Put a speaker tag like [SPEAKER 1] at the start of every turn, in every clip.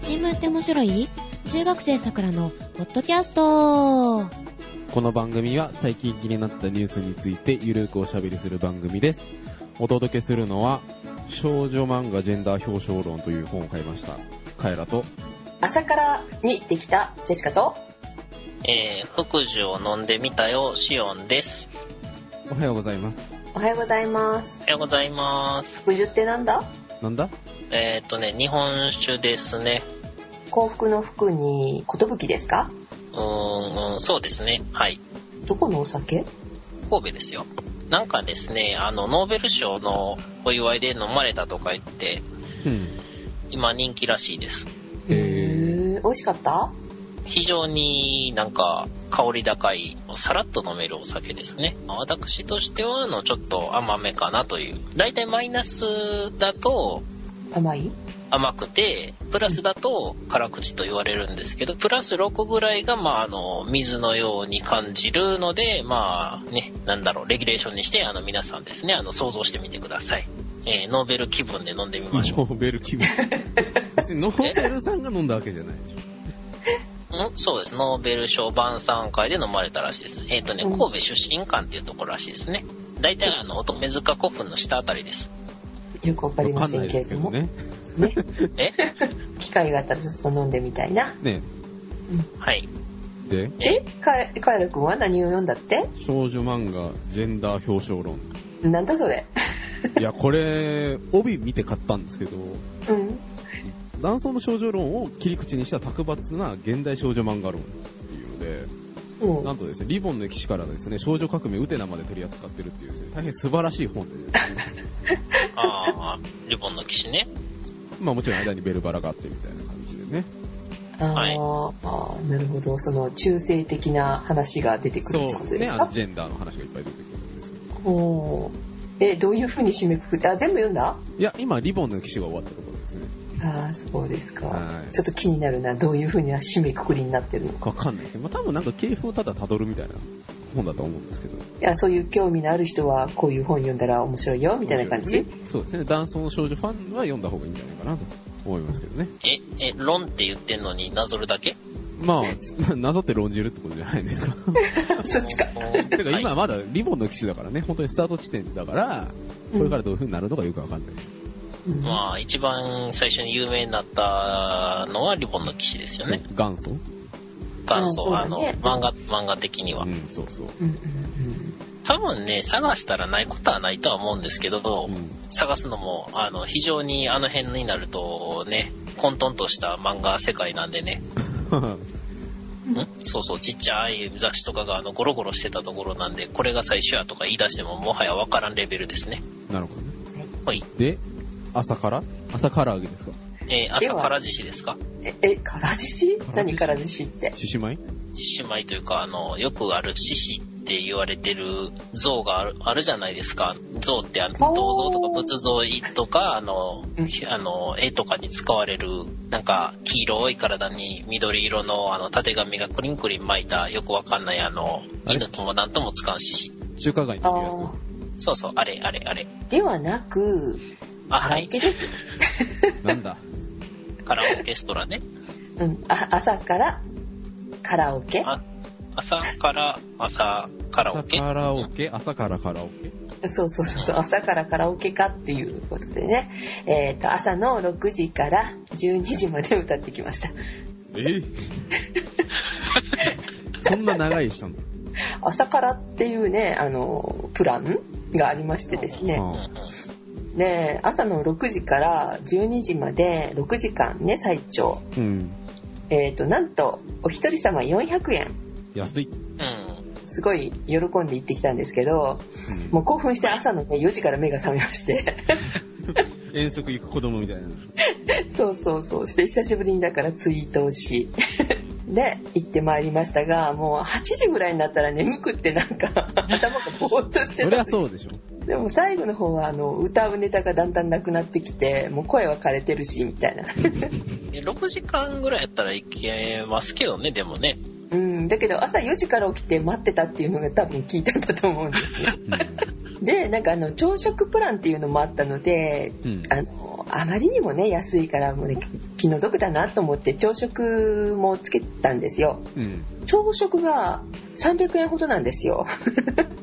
[SPEAKER 1] 新聞って面白い中学生さくらのポッドキャスト
[SPEAKER 2] この番組は最近気になったニュースについてゆるくおしゃべりする番組です。お届けするのは、少女漫画ジェンダー表彰論という本を買いました。カエラと、
[SPEAKER 3] 朝からにできたジェシカと
[SPEAKER 4] えー、福寿を飲んでみたよ、シオンです。
[SPEAKER 2] おはようございます。
[SPEAKER 3] おはようございま
[SPEAKER 4] お
[SPEAKER 3] す
[SPEAKER 4] はようございます。
[SPEAKER 3] 福寿ってなんだ
[SPEAKER 2] なんだ
[SPEAKER 4] えー、っとね、日本酒ですね。
[SPEAKER 3] 幸福の福に寿ですか
[SPEAKER 4] うーん、うんそうですね。はい。
[SPEAKER 3] どこのお酒
[SPEAKER 4] 神戸ですよ。なんかですね、あの、ノーベル賞のお祝いで飲まれたとか言って、
[SPEAKER 2] うん。
[SPEAKER 4] 今人気らしいです。
[SPEAKER 2] え
[SPEAKER 3] へー美味しかった
[SPEAKER 4] 非常になんか香り高い、さらっと飲めるお酒ですね。私としては、あの、ちょっと甘めかなという。だいたいマイナスだと、
[SPEAKER 3] 甘い
[SPEAKER 4] 甘くて、プラスだと辛口と言われるんですけど、プラス6ぐらいが、まあ、あの、水のように感じるので、まあ、ね、なんだろう、レギュレーションにして、あの、皆さんですね、あの、想像してみてください。えーノーベル気分で飲んでみ
[SPEAKER 2] ー、
[SPEAKER 4] ましょ
[SPEAKER 2] ノーベル 気分。別にノーベルさんが飲んだわけじゃない。
[SPEAKER 4] う。んそうです。ノーベル賞晩餐会で飲まれたらしいです。えっ、とね、
[SPEAKER 3] うん
[SPEAKER 4] 神戸出身館っていうところらしいですね。大体、あの、乙女塚古墳の下あたりです。
[SPEAKER 3] よくわかりま
[SPEAKER 2] わかん
[SPEAKER 3] せ
[SPEAKER 2] なんいで
[SPEAKER 3] けれ
[SPEAKER 2] すけ
[SPEAKER 3] ど
[SPEAKER 2] ど
[SPEAKER 3] もね
[SPEAKER 2] ね。
[SPEAKER 3] 機会があったらちょっと飲んでみたいな
[SPEAKER 2] ね
[SPEAKER 4] はい。
[SPEAKER 2] えで、
[SPEAKER 3] えカエカエル君は何を読んだって
[SPEAKER 2] 少女漫画ジェンダー表彰論。
[SPEAKER 3] なんだそれ
[SPEAKER 2] いや、これ、帯見て買ったんですけど、
[SPEAKER 3] うん
[SPEAKER 2] 男装の少女論を切り口にした卓抜な現代少女漫画論っていうので、
[SPEAKER 3] う
[SPEAKER 2] なんんとですね、リボンの騎士からですね、少女革命ウテナまで取り扱ってるっていうですね、大変素晴らしい本でですね、
[SPEAKER 4] あー、リボンの騎士ね。
[SPEAKER 2] まあもちろん間にベルバラがあってみたいな感じでね。
[SPEAKER 3] あー、
[SPEAKER 4] はい
[SPEAKER 3] あーなるほどその中性的な話が出てくるってこと
[SPEAKER 2] そう
[SPEAKER 3] で
[SPEAKER 2] ね、
[SPEAKER 3] す
[SPEAKER 2] あ
[SPEAKER 3] か
[SPEAKER 2] のジェンダーの話がいっぱい出てくるんですよ。
[SPEAKER 3] おーえどういう風に締めくくってあ全部読んだ
[SPEAKER 2] いや、今、リボンの騎士が終わったところですね。
[SPEAKER 3] ああ、そうですか、
[SPEAKER 2] はい
[SPEAKER 3] ちょっと気になるな。どういうふうに締めくくりになってるのか。
[SPEAKER 2] わかんないですけど、まあ多分なんか系譜をただ辿るみたいな本だと思うんですけど。
[SPEAKER 3] いや、そういう興味のある人は、こういう本読んだら面白いよ、みたいな感じ、
[SPEAKER 2] そうですね、男装の少女ファンは読んだ方がいいんじゃないかなと思いますけどね。
[SPEAKER 4] え、え、論って言ってんのになぞるだけ
[SPEAKER 2] まあ、なぞって論じるってことじゃない ですか。
[SPEAKER 3] そっちか。
[SPEAKER 2] てか今
[SPEAKER 4] はい
[SPEAKER 2] まだリボンの騎士だからね、本当にスタート地点だから、これからどういう風になるのかよくわかんないです。
[SPEAKER 3] うん
[SPEAKER 4] まあ、一番最初に有名になったのはリボンの騎士ですよね。
[SPEAKER 2] 元祖
[SPEAKER 4] 元
[SPEAKER 3] そう
[SPEAKER 4] 祖、
[SPEAKER 3] だ
[SPEAKER 4] あの、
[SPEAKER 3] ね
[SPEAKER 4] 漫画、漫画的には
[SPEAKER 2] う。ん、そうそう。
[SPEAKER 3] うんうん
[SPEAKER 4] 多分ね、探したらないことはないとは思うんですけど
[SPEAKER 2] う、ん
[SPEAKER 4] 探すのも、あの、非常にあの辺になるとね、混沌とした漫画世界なんでね、んそうそう、ちっちゃい雑誌とかがあの、ゴロゴロしてたところなんで、これが最初やとか言い出しても、もはやわからんレベルですね。
[SPEAKER 2] なるほどね。
[SPEAKER 4] はい。
[SPEAKER 2] で、朝から朝から揚げですか
[SPEAKER 4] えー
[SPEAKER 3] で
[SPEAKER 4] 朝
[SPEAKER 3] は
[SPEAKER 4] から獅子ですか
[SPEAKER 3] うんえ、え、からじし
[SPEAKER 2] からじし
[SPEAKER 3] 何からじしって。
[SPEAKER 2] 獅子舞
[SPEAKER 4] 獅子舞というか、あの、よくある獅子って言われてる像があるあるじゃないですか。像ってあの
[SPEAKER 3] おー
[SPEAKER 4] 銅像とか仏像とか、あの
[SPEAKER 3] うん、
[SPEAKER 4] あの、絵とかに使われる、なんか、黄色い体に緑色の、あの、縦紙がクリンクリン巻いた、よくわかんない、あの、
[SPEAKER 2] あれ
[SPEAKER 4] 犬とも何とも使う獅子。
[SPEAKER 2] 中華街にいるや
[SPEAKER 3] あ
[SPEAKER 4] そうそう、あれ、あれ、あれ。
[SPEAKER 3] ーではなく、
[SPEAKER 4] あ、
[SPEAKER 3] カ
[SPEAKER 4] は
[SPEAKER 3] ラオ
[SPEAKER 4] い。
[SPEAKER 3] ケです。
[SPEAKER 2] つ。なんだ
[SPEAKER 4] カラオケストラね。
[SPEAKER 3] うん。あ朝から、カラオケ
[SPEAKER 4] あ朝から、朝カラオ
[SPEAKER 2] 朝
[SPEAKER 4] ケ。
[SPEAKER 2] カラオケ朝からカラオケ
[SPEAKER 3] そうそうそうそう、朝からカラオケかっていうことでね、えっ、と、朝の6時から12時まで歌ってきました。
[SPEAKER 2] えそんな長いしたの
[SPEAKER 3] 朝からっていうね、あの、プランがありましてですね。
[SPEAKER 4] うんう
[SPEAKER 2] あ
[SPEAKER 4] ん
[SPEAKER 3] で、朝の6時から12時まで6時間ね、最長。
[SPEAKER 2] あうん。
[SPEAKER 3] えっ、と、なんと、お一人様400円。
[SPEAKER 2] 安い。
[SPEAKER 4] うん。
[SPEAKER 3] すごい喜んで行ってきたんですけど、もう興奮して朝のね、4時から目が覚めまして。
[SPEAKER 2] うん遠足行く子供みたいな。
[SPEAKER 3] そうそうそう。して、久しぶりにだからツイートをし。 で、行ってまいりましたが、もう8時ぐらいになったら眠くってなんか、頭がぼーっとして
[SPEAKER 2] そ
[SPEAKER 3] た
[SPEAKER 2] りゃそうでしょ。
[SPEAKER 3] でも最後の方はあの歌うネタがだんだんなくなってきてもう声は枯れてるしみたいな
[SPEAKER 4] で6時間ぐらいやったらいけますけどね、でもね。
[SPEAKER 3] うんだけど朝4時から起きて待ってたっていうのが多分聞いたんだと思うんです
[SPEAKER 2] うん
[SPEAKER 3] で、なんかあの、朝食プランっていうのもあったので、
[SPEAKER 2] うん。
[SPEAKER 3] あの、あまりにもね、安いから、もうね、気の毒だなと思って朝食もつけたんですよ。
[SPEAKER 2] うん。
[SPEAKER 3] 朝食が300円ほどなんですよ。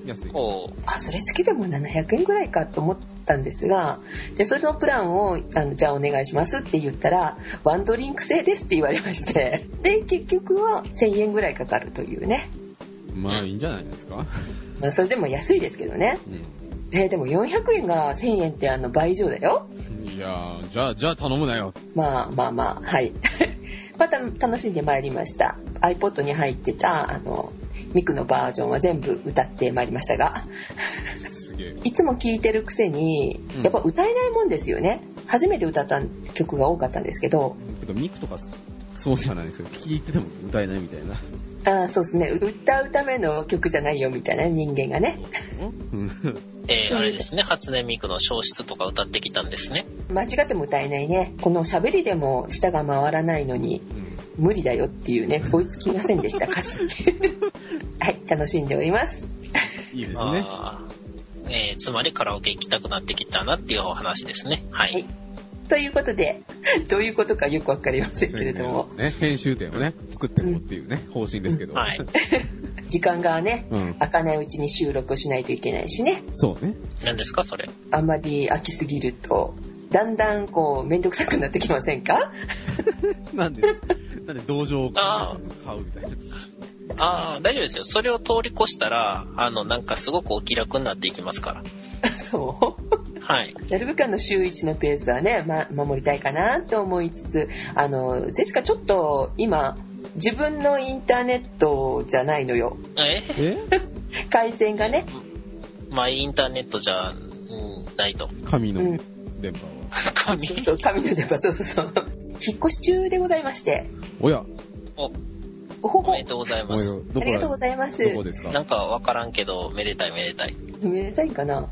[SPEAKER 2] 安い。
[SPEAKER 4] おう
[SPEAKER 3] あ、それつけても700円ぐらいかと思ったんですが、で、それのプランを、あの、じゃあお願いしますって言ったら、ワンドリンク制ですって言われまして、 で、結局は1000円ぐらいかかるというね。
[SPEAKER 2] まあ、いいんじゃないですか。
[SPEAKER 3] まあ、それでも安いですけどね。
[SPEAKER 2] う
[SPEAKER 3] えーでも400円が1000円ってあの倍以上だよ。
[SPEAKER 2] ん。いやー、じゃあ、じゃあ頼むなよ。
[SPEAKER 3] まあまあまあ、はい。 また楽しんでまいりました。iPod に入ってた、あの、ミクのバージョンは全部歌ってまいりましたが、
[SPEAKER 2] すげえ。
[SPEAKER 3] いつも聴いてるくせに
[SPEAKER 2] うん、
[SPEAKER 3] やっぱ歌えないもんですよね。初めて歌った曲が多かったんですけど、
[SPEAKER 2] てか、ミクとか、そうじゃないですけど、聞いてても歌えないみたいな。
[SPEAKER 3] あーそうですね、歌うための曲じゃないよみたいな人間がね、
[SPEAKER 2] うん。
[SPEAKER 4] えーあれですね、初音ミクの消失とか歌ってきたんですね。
[SPEAKER 3] 間違っても歌えないね。この喋りでも舌が回らないのに、無理だよっていうね、追いつきませんでした、 歌詞。はい、楽しんでおります。
[SPEAKER 2] いいですね。
[SPEAKER 4] あーえーつまりカラオケ行きたくなってきたなっていうお話ですね。は
[SPEAKER 3] はい
[SPEAKER 4] い。
[SPEAKER 3] ということで、どういうことかよくわかりませんけれども、
[SPEAKER 2] ね、編集点をね、作っていこうっていうね、方針ですけど。
[SPEAKER 4] はい。
[SPEAKER 3] 時間がね、
[SPEAKER 2] うん。
[SPEAKER 3] 開かないうちに収録しないといけないしね、
[SPEAKER 2] そうね。
[SPEAKER 4] 何ですか、それ。
[SPEAKER 3] あんまり飽きすぎると、だんだんこう、めんどくさくなってきませんか
[SPEAKER 2] なんで、なんで同情を買うみたいな。
[SPEAKER 4] ああ、大丈夫ですよ。それを通り越したら、あの、なんかすごくお気楽になっていきますから。
[SPEAKER 3] そ
[SPEAKER 4] はい。
[SPEAKER 3] う。なるべくあの、週1のペースはね、ま、守りたいかなと思いつつ、あの、ジェシカちょっと今、自分のインターネットじゃないのよ。
[SPEAKER 4] え
[SPEAKER 2] え
[SPEAKER 3] 回線がね、
[SPEAKER 4] マイインターネットじゃ、うん、ないと。
[SPEAKER 2] 神の
[SPEAKER 3] う
[SPEAKER 2] 電波は。
[SPEAKER 4] 神
[SPEAKER 3] そうそう、神の電波、 そうそうそう。引っ越し中でございまして、
[SPEAKER 2] おや、
[SPEAKER 4] お、
[SPEAKER 3] おほ
[SPEAKER 4] お
[SPEAKER 3] ほ、
[SPEAKER 4] めでとうござい
[SPEAKER 2] お
[SPEAKER 4] ま
[SPEAKER 2] や、
[SPEAKER 4] す。
[SPEAKER 2] どこ
[SPEAKER 3] ありがとうご
[SPEAKER 2] だ
[SPEAKER 3] ざいます。
[SPEAKER 2] どこです
[SPEAKER 4] な
[SPEAKER 2] か
[SPEAKER 4] んかわからんけど、めでたいめでたい。
[SPEAKER 3] めでたいんかな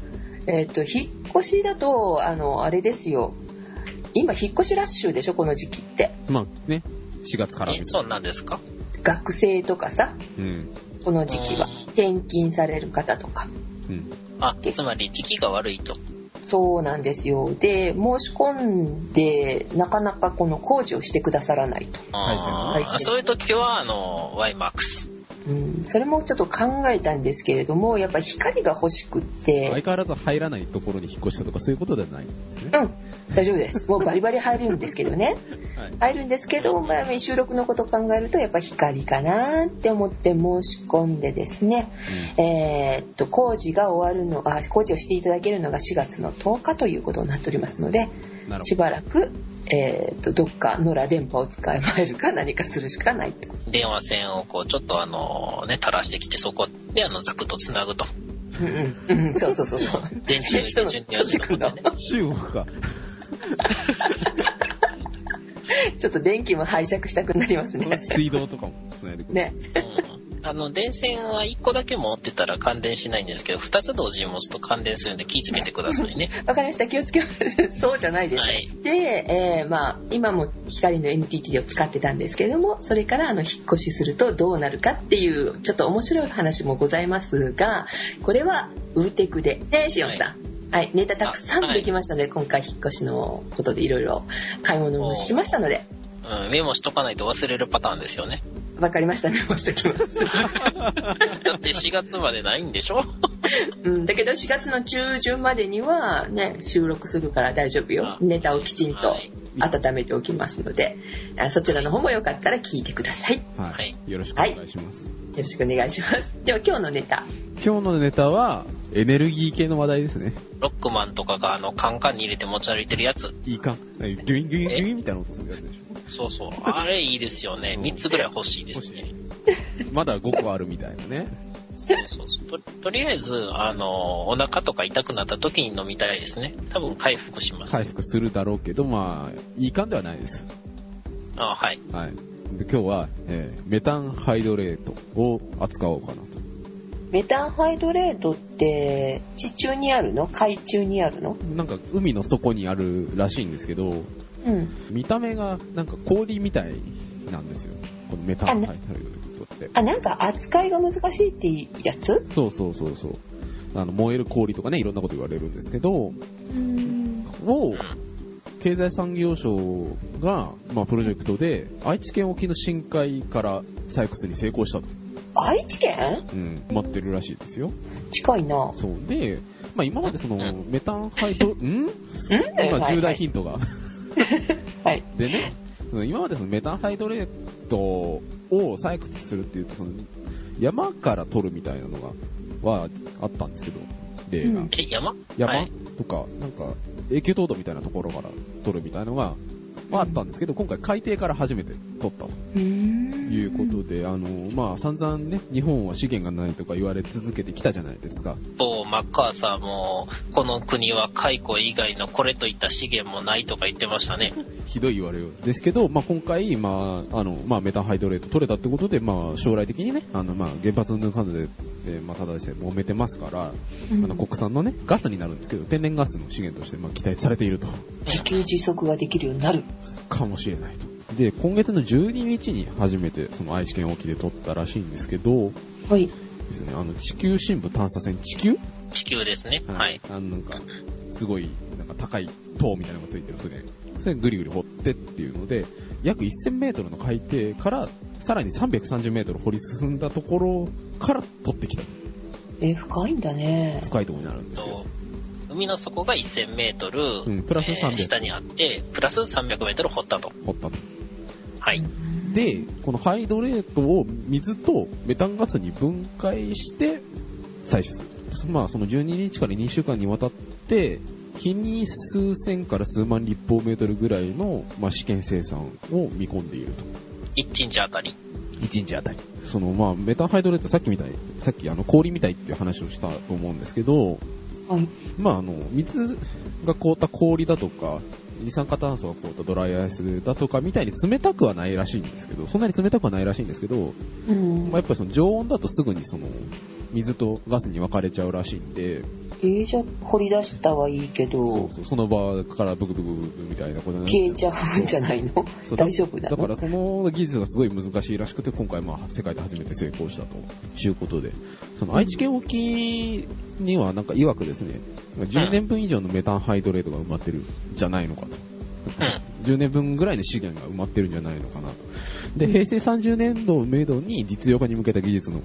[SPEAKER 3] えっ、と、引っ越しだと、あの、あれですよ。今、引っ越しラッシュでしょ、この時期って。
[SPEAKER 2] まあね、4月から
[SPEAKER 4] え、そうなんですか
[SPEAKER 3] 学生とかさ、
[SPEAKER 2] うん。
[SPEAKER 3] この時期は
[SPEAKER 4] うん。
[SPEAKER 3] 転勤される方とか。
[SPEAKER 2] うん。
[SPEAKER 4] あ、つまり時期が悪いと。
[SPEAKER 3] そうなんですよ。で、申し込んで、なかなかこの工事をしてくださらないと。
[SPEAKER 4] あ
[SPEAKER 3] 回線
[SPEAKER 4] ーそういう時は、あの、YMAX。
[SPEAKER 3] うん、それもちょっと考えたんですけれども、やっぱり光が欲しくっ
[SPEAKER 2] 相
[SPEAKER 3] て、
[SPEAKER 2] 変わらず入らないところに引っ越したとかそういうことではないんですね。
[SPEAKER 3] うん、大丈夫です。もうバリバリ入るんですけどね。
[SPEAKER 2] はい。
[SPEAKER 3] 入るんですけど、まあ、収録のことを考えるとやっぱ光かなって思って申し込んでですね、えーっと工事が終わるのあ工事をしていただけるのが4月の10日ということになっておりますので
[SPEAKER 2] うん。なる
[SPEAKER 3] しばらく、えーっとどっか野良電波を使えばえるか何かするしかないと
[SPEAKER 4] 電話線をこう、ちょっとあの、ね、垂らしてきて、そこで、あの、ザクッと繋ぐと。
[SPEAKER 3] うんうんうんそうそうそうそう
[SPEAKER 4] 電柱
[SPEAKER 3] 人の
[SPEAKER 4] 電柱に味
[SPEAKER 3] 飛んでくる
[SPEAKER 2] ほど。中国か。
[SPEAKER 3] ちょっと電気も拝借したくなります
[SPEAKER 2] これ
[SPEAKER 3] ね
[SPEAKER 2] 水道とかも繋いでくる。
[SPEAKER 3] ね
[SPEAKER 4] うんあの、電線は1個だけ持ってたら感電しないんですけど、2つ同時に持つと感電するんで気をつけてください ね。
[SPEAKER 3] わかりました気をつけますそうじゃないです
[SPEAKER 4] はい。
[SPEAKER 3] で、えーまあ、今も光の NTT を使ってたんですけれどもそれからあの引っ越しするとどうなるかっていうちょっと面白い話もございますがこれはウーテクでねしおんさん、はいネタたくさ
[SPEAKER 4] あ
[SPEAKER 3] ん
[SPEAKER 4] はい
[SPEAKER 3] できましたので、今回引っ越しのことでいろいろ買い物もしましたので
[SPEAKER 4] うん、メモしとかないと忘れるパターンですよ ね。
[SPEAKER 3] わかりましたメモしときます、
[SPEAKER 4] だって4月までないんでしょ
[SPEAKER 3] うん、だけど4月の中旬までにはね収録するから大丈夫よ
[SPEAKER 4] あ
[SPEAKER 3] ネタをきちんと
[SPEAKER 4] はい
[SPEAKER 3] 温めておきますので、あそちらの方もよかったら聞いてくださいよ
[SPEAKER 2] は
[SPEAKER 4] はいい。
[SPEAKER 2] よろしくお願いします。
[SPEAKER 3] ろしくお願いしますでは今日のネタ
[SPEAKER 2] 今日のネタは、エネルギー系の話題ですね。
[SPEAKER 4] ロックマンとかがあの、カンカンに入れて持ち歩いてるやつ。
[SPEAKER 2] いいか。ギュインギュインギュインみたいな音するやつでし
[SPEAKER 4] そうそう。あれいいですよね。3つぐらい欲しいですね。
[SPEAKER 2] ょ。まだ5個あるみたいなね。
[SPEAKER 4] そうそうそう。ととりあえず、あの、お腹とか痛くなった時に飲みたいですね。多分回復します。
[SPEAKER 2] 回復するだろうけど、まあ、いい感ではないです。
[SPEAKER 4] あはい。
[SPEAKER 2] はい。で今日は、えーメタンハイドレートを扱おうかなと。
[SPEAKER 3] メタンハイドレートって地中にあるの海中にあるの
[SPEAKER 2] なんか海の底にあるらしいんですけど、
[SPEAKER 3] うん
[SPEAKER 2] 見た目がなんか氷みたいなんですよ。このメタンハイドレートって。
[SPEAKER 3] あなんか扱いが難しいってやつ
[SPEAKER 2] そうそうそうそう。あの、燃える氷とかね、いろんなこと言われるんですけど、を、
[SPEAKER 1] うん。
[SPEAKER 2] 経済産業省が、まあ、プロジェクトで、愛知県沖の深海から採掘に成功したと、
[SPEAKER 3] 愛知県
[SPEAKER 2] うん、待ってるらしいですよ。
[SPEAKER 3] 近いな。
[SPEAKER 2] そう。で、まあ、今までその
[SPEAKER 4] う、
[SPEAKER 2] メタンハイ ド、ん
[SPEAKER 3] うん
[SPEAKER 2] 今、重大ヒ
[SPEAKER 3] ン
[SPEAKER 2] ントが。
[SPEAKER 3] ト。はい。
[SPEAKER 2] でね、その今までそのメタンハイドレートを採掘するっていうと、その山から取るみたいなのが、はあったんですけど、例が。
[SPEAKER 3] うん
[SPEAKER 4] え、山
[SPEAKER 2] 山、
[SPEAKER 4] はい
[SPEAKER 2] とか、なんか、永久凍土みたいなところから取るみたいなのが、まあ、あったんですけど、今回海底から初めて取ったと
[SPEAKER 3] うーん
[SPEAKER 2] いうことで、あの、まあ、散々ね、日本は資源がないとか言われ続けてきたじゃないですか。
[SPEAKER 4] 某マッカーサーも、この国は解雇以外のこれといった資源もないとか言ってましたね。
[SPEAKER 2] ひどい言われようですけど、まあ、今回、まあ、あの、まあ、メタンハイドレート取れたってことで、まあ、将来的にね、あの、まあ、原発の関係で、えーまあ、ただでさえ揉めてますから、あの、国産のね、ガスになるんですけど、天然ガスの資源として、まあ、期待されていると。
[SPEAKER 3] 自給自足ができるようになる。
[SPEAKER 2] かもしれないと。で、今月の12日に初めて、その愛知県沖で撮ったらしいんですけど、
[SPEAKER 3] はい。
[SPEAKER 2] ですね、あの、地球新聞探査船、地球
[SPEAKER 4] 地球ですね。はい。。
[SPEAKER 2] あの、なんか、すごい、なんか高い塔みたいなのがついてる船。それぐりぐり掘ってっていうので、約1000メートルの海底から、さらに330メートル掘り進んだところから撮ってきた。
[SPEAKER 3] え、深いんだね。
[SPEAKER 2] 深いところにあるんですよ
[SPEAKER 4] と。海の底が1000メートル、
[SPEAKER 2] うんプラス300
[SPEAKER 4] 下にあって、プラス300メートル掘ったと。
[SPEAKER 2] 掘ったと。
[SPEAKER 4] はい。
[SPEAKER 2] で、このハイドレートを水とメタンガスに分解して採取する。まあ、その12日から2週間にわたって、日に数千から数万立方メートルぐらいの、まあ、試験生産を見込んでいると。
[SPEAKER 4] 1日あたり。
[SPEAKER 2] 1日あたり。その、まあ、メタンハイドレートさっきみたい、さっきあの氷みたいっていう話をしたと思うんですけど、
[SPEAKER 3] はい。
[SPEAKER 2] まあ、あの、水が凍った氷だとか、二酸化炭素が凍ったドライアイスだとかみたいに冷たくはないらしいんですけど、そんなに冷たくはないらしいんですけど、
[SPEAKER 3] うん
[SPEAKER 2] まあ、やっぱりその常温だとすぐにその水とガスに分かれちゃうらしいんで、
[SPEAKER 3] えーじゃあ掘り出したはいいけど
[SPEAKER 2] そう、そうその場からブクブクブクブクみたいなことにな
[SPEAKER 3] 消えちゃうんじゃないの
[SPEAKER 2] そう
[SPEAKER 3] 大丈夫な
[SPEAKER 2] だか
[SPEAKER 3] の
[SPEAKER 2] らその技術がすごい難しいらしくて、今回まあ世界で初めて成功したということで、その愛知県沖にはなんか曰くですね、10年分以上のメタンハイドレートが埋まってるんじゃないのかと。10年分ぐらいの資源が埋まってるんじゃないのかなと。で、平成30年度をめどに実用化に向けた技術の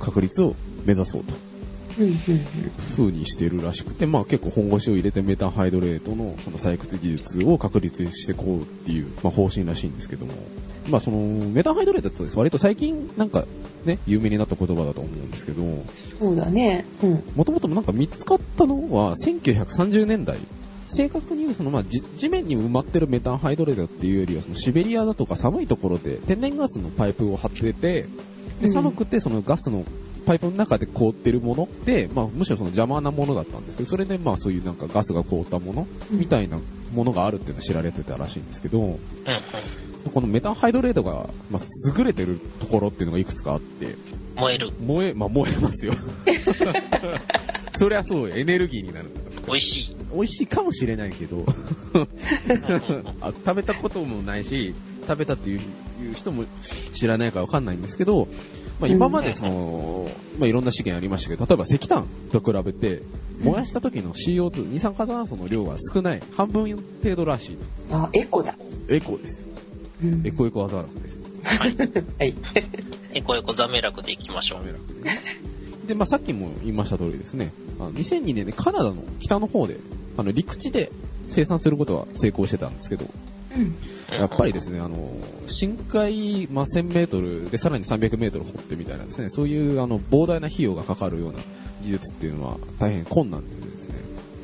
[SPEAKER 2] 確立を目指そうと。
[SPEAKER 3] うんうんうん
[SPEAKER 2] 風にしてるらしくて、まあ結構本腰を入れてメタンハイドレートのその採掘技術を確立していこうっていう、まあ、方針らしいんですけども、まあそのメタンハイドレートって割と最近なんかね、有名になった言葉だと思うんですけど、も
[SPEAKER 3] そうだね。うん。
[SPEAKER 2] ともとなんか見つかったのは1930年代。正確に言うそのまあ地地面に埋まってるメタンハイドレートっていうよりはそのシベリアだとか寒いところで天然ガスのパイプを張ってて、で、寒くてそのガスのパイプの中で凍ってるものって、まあむしろその邪魔なものだったんですけど、それでまあそういうなんかガスが凍ったものみたいなものがあるっていうのは知られてたらしいんですけど、
[SPEAKER 4] うんうん。
[SPEAKER 2] このメタンハイドレートが、まあ優れてるところっていうのがいくつかあって、
[SPEAKER 4] 燃える。
[SPEAKER 2] 燃え、まあ燃え ますよ。そりゃそうよエネルギーになるんだから
[SPEAKER 4] 美味しい。
[SPEAKER 2] 美味しいかもしれないけ ど、あ食べたこともないし、食べたっていういう人も知らないからわかんないんですけど、まあ、今までその、まあ、いろんな資源ありましたけど、例えば石炭と比べて、燃やした時の CO2、二酸化炭素の量が少ない、半分程度らしいと。
[SPEAKER 3] あ、エコだ。
[SPEAKER 2] エコですよ。
[SPEAKER 3] うん
[SPEAKER 2] エコエコ技なんですよ。
[SPEAKER 3] はい。
[SPEAKER 4] エコエコザメ楽でいきましょ
[SPEAKER 2] ダ
[SPEAKER 4] う。
[SPEAKER 2] メなんでね。で、まあ、さっきも言いました通りですね、あの2002年でカナダの北の方で、あの、陸地で生産することは成功してたんですけど、やっぱりですね、あの、深海、まあ、1000メートルでさらに300メートル掘ってみたいなですね、そういう、あの、膨大な費用がかかるような技術っていうのは大変困難でですね、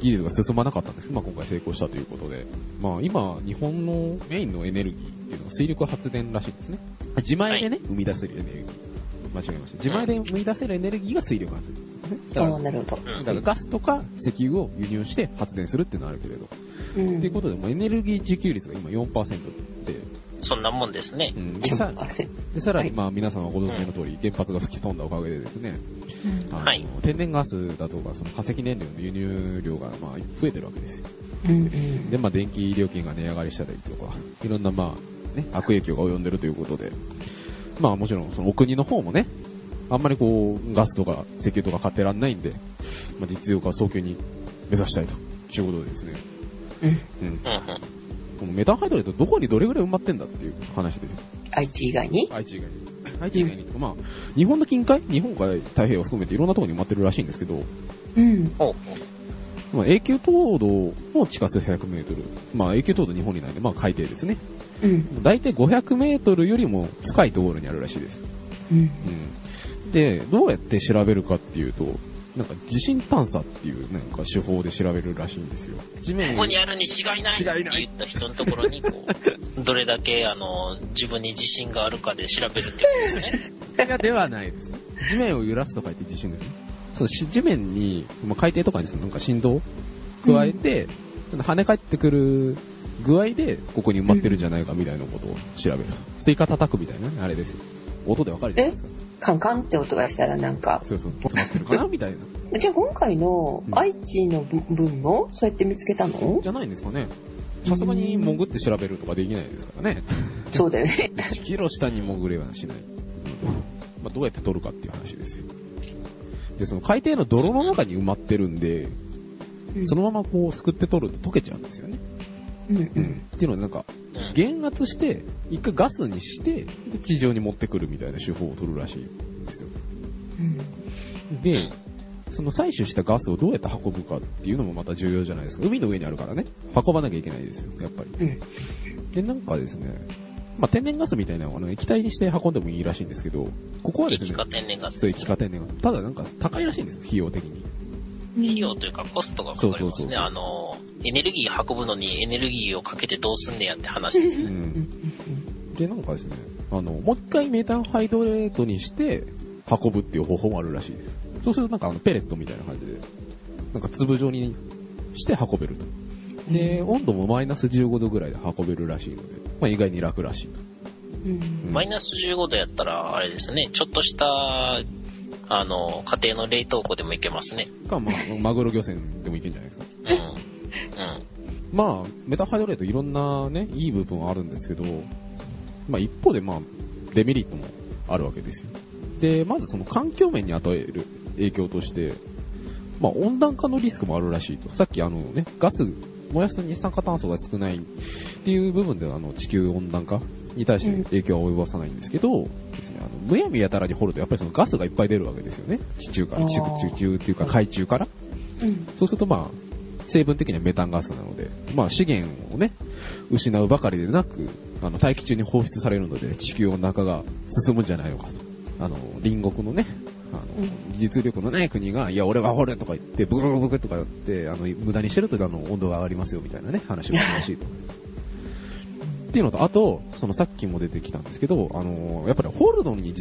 [SPEAKER 2] 技術が進まなかったんですけど、まあ、今回成功したということで、まあ、今、日本のメインのエネルギーっていうのは水力発電らしいですね。自前でね、生み出せるエネルギー。間違えました。自前で生み出せるエネルギーが水力発電ですね。
[SPEAKER 3] あ
[SPEAKER 2] だ
[SPEAKER 3] あ、
[SPEAKER 2] か
[SPEAKER 3] なるほど。
[SPEAKER 4] うん。う
[SPEAKER 2] ら、だ
[SPEAKER 4] ん
[SPEAKER 2] からガスとか石油を輸入して発電するっていうのはあるけれど。
[SPEAKER 3] うん
[SPEAKER 2] っていうことで、もうエネルギー自給率が今4%で、
[SPEAKER 4] そんなもんですね
[SPEAKER 2] う。んで
[SPEAKER 3] ちょっ
[SPEAKER 2] さ
[SPEAKER 3] と汗
[SPEAKER 2] でさらに、
[SPEAKER 3] はい
[SPEAKER 2] まあ、皆さんはご存知の通り、原発が吹き飛んだおかげでですね、あの
[SPEAKER 4] はい
[SPEAKER 2] 天然ガスだとか、その化石燃料の輸入量が、まあ、増えてるわけですよ。
[SPEAKER 3] うんうん
[SPEAKER 2] で、まあ、電気料金が値上がりしたりとか、いろんな、まあ、ね、悪影響が及んでるということで、まあ、もちろん、そのお国の方もね、あんまりこう、ガスとか石油とか買ってらんないんで、まあ、実用化を早急に目指したいと。いうことでですね。
[SPEAKER 3] うん
[SPEAKER 2] うん。
[SPEAKER 4] うんうん。
[SPEAKER 2] このメタンハイドレートどこにどれぐらい埋まってんだっていう話ですよ。
[SPEAKER 3] 愛知以外に
[SPEAKER 2] 愛知以外に。愛知以外に。まあ、日本の近海日本海太平洋を含めていろんなところに埋まってるらしいんですけど、
[SPEAKER 3] うん
[SPEAKER 4] ほうほ
[SPEAKER 2] まあ、永久凍土も地下水100メートル。まあ、永久凍土日本にないんで、まあ、海底ですね。
[SPEAKER 3] うん
[SPEAKER 2] 大体500メートルよりも深いところにあるらしいです。
[SPEAKER 3] うん
[SPEAKER 2] うん。で、どうやって調べるかっていうと、なんか地震探査っていうなんか手法で調べるらしいんですよ。地面
[SPEAKER 4] う。ここにあるに違いないって
[SPEAKER 2] 違いない
[SPEAKER 4] 言った人のところに、こ う、どれだけ、あの、自分に自信があるかで調べるってことですね。
[SPEAKER 2] やではないです。地面を揺らすと書いて地震ですね。そう、し地面に、まあ、海底とかにそのなんか振動を加えて、跳ね返ってくる具合で、ここに埋まってるんじゃないかみたいなことを調べると。スイカ叩くみたいなね、あれですよ。音でわかるじゃないですか。
[SPEAKER 3] カンカンって音がしたらなんか
[SPEAKER 2] そうそう。詰まってるかなみたいな。
[SPEAKER 3] じゃあ今回の
[SPEAKER 2] うん
[SPEAKER 3] 愛知の分もそうやって見つけたの
[SPEAKER 2] じゃないんですかね。さすがに潜って調べるとかできないですからね。
[SPEAKER 3] そうだよね
[SPEAKER 2] 1キロ下に潜れはしない。まあ、どうやって取るかっていう話ですよ。で、その海底の泥の中に埋まってるんで、
[SPEAKER 3] うん
[SPEAKER 2] そのままこうすくって取ると溶けちゃうんですよね。
[SPEAKER 3] うんうん
[SPEAKER 2] っていうのでなんか、
[SPEAKER 4] うん。
[SPEAKER 2] 減圧して、一回ガスにして、で、地上に持ってくるみたいな手法を取るらしいんですよ。で、その採取したガスをどうやって運ぶかっていうのもまた重要じゃないですか。海の上にあるからね、運ばなきゃいけないですよ、やっぱり。
[SPEAKER 3] うん
[SPEAKER 2] で、なんかですね、まあ、天然ガスみたいなのはあの液体にして運んでもいいらしいんですけど、ここはですね
[SPEAKER 4] 液、化天然ガス
[SPEAKER 2] そう、
[SPEAKER 4] です
[SPEAKER 2] 液化天然ガス。ただなんか高いらしいんですよ、費用的に。
[SPEAKER 4] 費用というかコストがかかります
[SPEAKER 2] そうそう
[SPEAKER 4] ね。
[SPEAKER 2] そう
[SPEAKER 4] あの、エネルギー運ぶのにエネルギーをかけてどうすんねやって話です
[SPEAKER 2] う。
[SPEAKER 4] ね。
[SPEAKER 3] うんん
[SPEAKER 2] で、なんかですね、あの、もう一回メタンハイドレートにして運ぶっていう方法もあるらしいです。そうするとなんかあのペレットみたいな感じで、なんか粒状にして運べると。で、温度もマイナス15度ぐらいで運べるらしいので、まあ、意外に楽らしい。
[SPEAKER 3] うん
[SPEAKER 4] マイナス15度やったら、あれですね、ちょっとした、あの、家庭の冷凍庫でもいけますね。
[SPEAKER 2] か、まあ、マグロ漁船でもいけんじゃないですか。
[SPEAKER 4] うん。うん。
[SPEAKER 2] まあ、メタンハイドレートいろんなね、いい部分はあるんですけど、まあ一方でまあ、デメリットもあるわけですよ。で、まずその環境面に与える影響として、まあ温暖化のリスクもあるらしいと。さっきあのね、ガス、燃やす二酸化炭素が少ないっていう部分ではあの地球温暖化に対して影響は及ぼさないんですけど、ですね、あの、むやみやたらに掘るとやっぱりそのガスがいっぱい出るわけですよね。地中から、地
[SPEAKER 3] あー
[SPEAKER 2] 地中っていうか海中から。
[SPEAKER 3] うん
[SPEAKER 2] そうするとまあ、成分的にはメタンガスなので、まあ資源をね、失うばかりでなく、あの、大気中に放出されるので、地球温暖化が進むんじゃないのかと。あの、隣国のね、あ
[SPEAKER 3] うん
[SPEAKER 2] の、技術力のない国が、いや、俺は掘れとか言って、ブクブクブクとか言って、あの、無駄にしてると、あの、温度が上がりますよ、みたいなね、話もあるらしい と。っていうのと、あと、そのさっきも出てきたんですけど、あの、やっぱり掘るのに、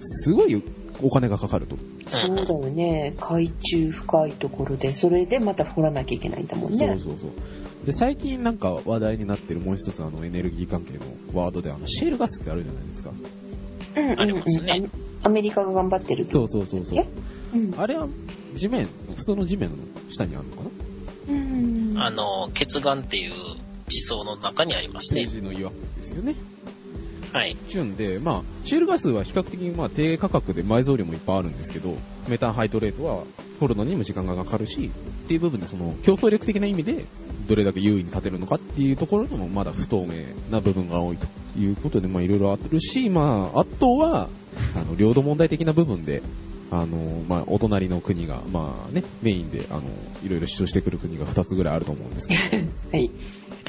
[SPEAKER 2] すごいお金がかかると。
[SPEAKER 3] そうだよね海中深いところでそれでまた掘らなきゃいけないんだもんね
[SPEAKER 2] そうそうそう。で、最近なんか話題になってるもう一つあのエネルギー関係のワードであのシェールガスってあるじゃないですか。
[SPEAKER 3] うんうんうん
[SPEAKER 4] ありますね
[SPEAKER 3] アメリカが頑張ってる
[SPEAKER 2] そうそうそうそう
[SPEAKER 3] え。うん
[SPEAKER 2] あれは地面、普通の地面の下にあるのかな
[SPEAKER 3] うん
[SPEAKER 4] あの、血岩っていう地層の中にあります
[SPEAKER 2] ペー
[SPEAKER 4] ね。
[SPEAKER 2] ジの岩ですよね。
[SPEAKER 4] はい。
[SPEAKER 2] ちゅうんで、まあ、シェールガスは比較的まあ低価格で埋蔵量もいっぱいあるんですけど、メタンハイドレートは掘るのにも時間がかかるし、っていう部分でその競争力的な意味で、どれだけ優位に立てるのかっていうところにもまだ不透明な部分が多いということで、まあいろいろあるし、まあ、あとは、あの、領土問題的な部分で、あの、まあ、お隣の国が、まあね、メインで、あの、いろいろ主張してくる国が2つぐらいあると思うんですけど、
[SPEAKER 3] はい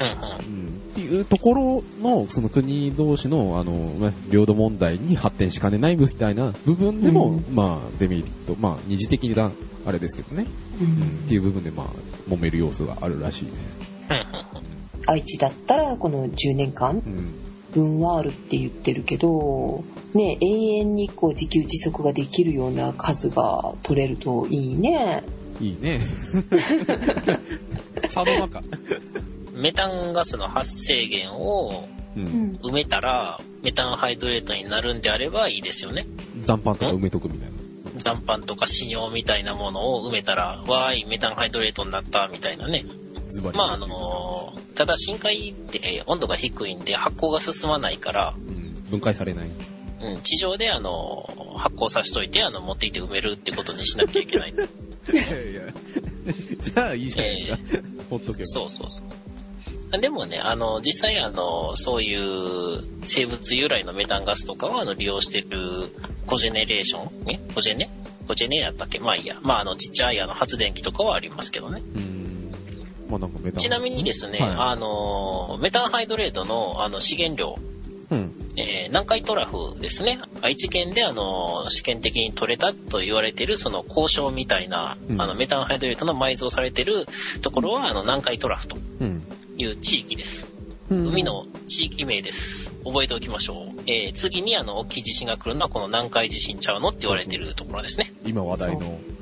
[SPEAKER 4] うんうん。
[SPEAKER 2] うんっていうところの、その国同士の、あの、ね領土問題に発展しかねないみたいな部分でも、
[SPEAKER 3] うん
[SPEAKER 2] まあ、デメリット、まあ、二次的な、あれですけどね、
[SPEAKER 3] う
[SPEAKER 2] うんんっていう部分で、まあ、揉める要素があるらしいです。
[SPEAKER 4] うんうん
[SPEAKER 3] 愛知だったらこの10年
[SPEAKER 2] う
[SPEAKER 3] 間
[SPEAKER 2] ん。
[SPEAKER 3] 分はあるって言ってるけど、ね、永遠にこう自給自足ができるような数が取れるといいね。
[SPEAKER 2] いいね。 茶の中。
[SPEAKER 4] メタンガスの発生源を
[SPEAKER 2] う。
[SPEAKER 3] うんん、
[SPEAKER 4] 埋めたら、メタンハイドレートになるんであればいいですよね。
[SPEAKER 2] 残飯とか埋めとくみたいな。
[SPEAKER 4] 残飯とか死尿みたいなものを埋めたら、わーい、メタンハイドレートになった、みたいなね。
[SPEAKER 2] ズバリ。
[SPEAKER 4] まあ、あのーただ深海って温度が低いんで発酵が進まないから、
[SPEAKER 2] うん分解されない。
[SPEAKER 4] うん、地上であの発酵させといてあの持っていって埋めるってことにしなきゃいけない
[SPEAKER 2] いやいや。じゃあいいじゃないですか。ほっとけば。
[SPEAKER 4] そうそうそうでもねあの実際あのそういう生物由来のメタンガスとかをあの利用してるコジェネレーションねコジェネコジェネやったっけまあいいやまああのちっちゃいあの発電機とかはありますけどね
[SPEAKER 2] うーん。まあなんかメタン
[SPEAKER 4] ちなみにですね、
[SPEAKER 2] は
[SPEAKER 4] あのメタンハイドレートのあの資源量
[SPEAKER 2] い、うん。
[SPEAKER 4] えー南海トラフですね愛知県であの試験的に取れたと言われているその交渉みたいな、
[SPEAKER 2] うん
[SPEAKER 4] あのメタンハイドレートの埋蔵されているところはあの南海トラフと
[SPEAKER 2] うん。
[SPEAKER 4] いう地域です
[SPEAKER 2] うん
[SPEAKER 4] 海。の地域名です覚えておきましょう、えー次にあの大きい地震が来るのはこの南海地震ちゃうのって言われているところですね
[SPEAKER 2] 今話題の。
[SPEAKER 3] はい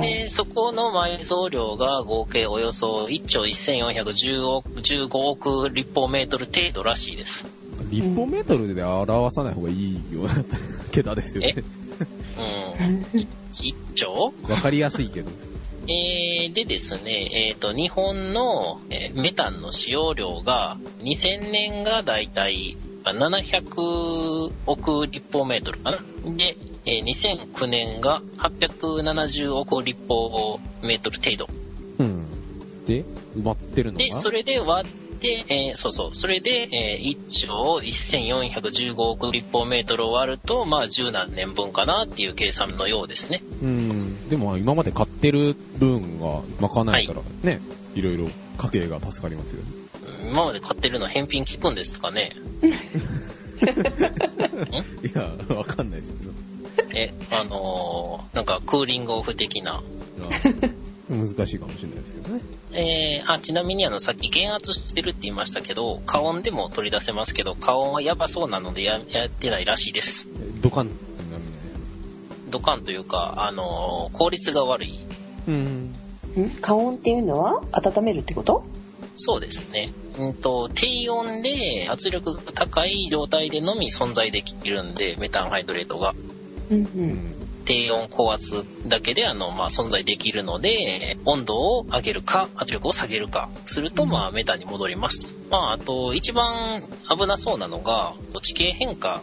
[SPEAKER 4] でそこの埋蔵量が合計およそ1兆1415億15億立方メートル程度らしいです
[SPEAKER 2] 立方メートルで表さない方がいいような桁ですよね。
[SPEAKER 4] うん1兆
[SPEAKER 2] わかりやすいけど。
[SPEAKER 4] えーでですね、えー、と日本の、えーメタンの使用量が2000年がだいたい700億立方メートルかな。で、えー2009年が870億立方メートル程度。
[SPEAKER 2] うん。で、埋まってるの
[SPEAKER 4] で、
[SPEAKER 2] が
[SPEAKER 4] それで割って、えーそうそう、それで、えー1兆1415億立方メートルを割ると、まあ、十何年分かなっていう計算のようですね。
[SPEAKER 2] うん。でも今まで買ってる分が賄えたらね、いろいろ家計が助かりますよね。
[SPEAKER 4] うん今まで買ってるの返品聞くんですかね
[SPEAKER 2] いや、わかんないですけど。
[SPEAKER 4] え、あのーなんかクーリングオフ的な。
[SPEAKER 2] 難しいかもしれないですけどね。
[SPEAKER 4] えーあ、ちなみにあの、さっき減圧してるって言いましたけど、加温でも取り出せますけど、加温はやばそうなのでややってないらしいです。
[SPEAKER 2] ドカンってなるん
[SPEAKER 4] ドカンというか、あのー効率が悪い。
[SPEAKER 2] うん。
[SPEAKER 3] ん加温っていうのは温めるってこと
[SPEAKER 4] そうですね。うんと、低温で圧力が高い状態でのみ存在できるんで、メタンハイドレートが。
[SPEAKER 3] うん
[SPEAKER 4] 低温高圧だけであの、まあ、存在できるので温度を上げるか圧力を下げるかすると、まあ、メタンに戻りますと、まあ、あと一番危なそうなのが地形変化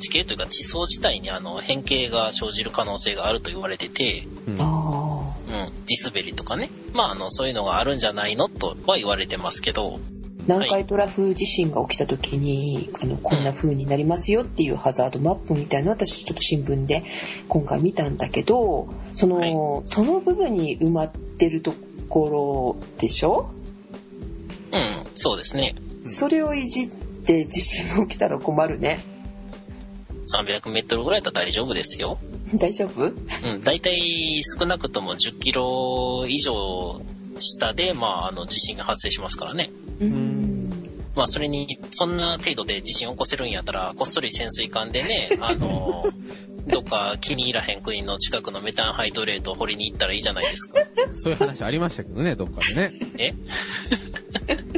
[SPEAKER 4] 地形というか地層自体にあの変形が生じる可能性があると言われてて、
[SPEAKER 2] うん
[SPEAKER 3] あ
[SPEAKER 4] うん、地滑りとかね、まあ、あのそういうのがあるんじゃないのとは言われてますけど
[SPEAKER 3] ー南海トラフ地震が起きた時にあのこんな風になりますよっていうハザードマップみたいなのを私ちょっと新聞で今回見たんだけどその,、
[SPEAKER 4] はい
[SPEAKER 3] その部分に埋まってるところでしょ、
[SPEAKER 4] うんそうですね
[SPEAKER 3] それをいじって地震が起きたら困るね
[SPEAKER 4] 300メートルぐらいだったら大丈夫ですよ
[SPEAKER 3] 大丈夫
[SPEAKER 4] うん、大体少なくとも10キロ以上下で、まあ、あの地震が発生しますからね。
[SPEAKER 2] ん
[SPEAKER 4] まあ、それに、そんな程度で地震起こせるんやったら、こっそり潜水艦でね、あの、どっか気に入らへん国の近くのメタンハイドレートを掘りに行ったらいいじゃないですか。
[SPEAKER 2] そういう話ありましたけどね、どっかでね。
[SPEAKER 4] え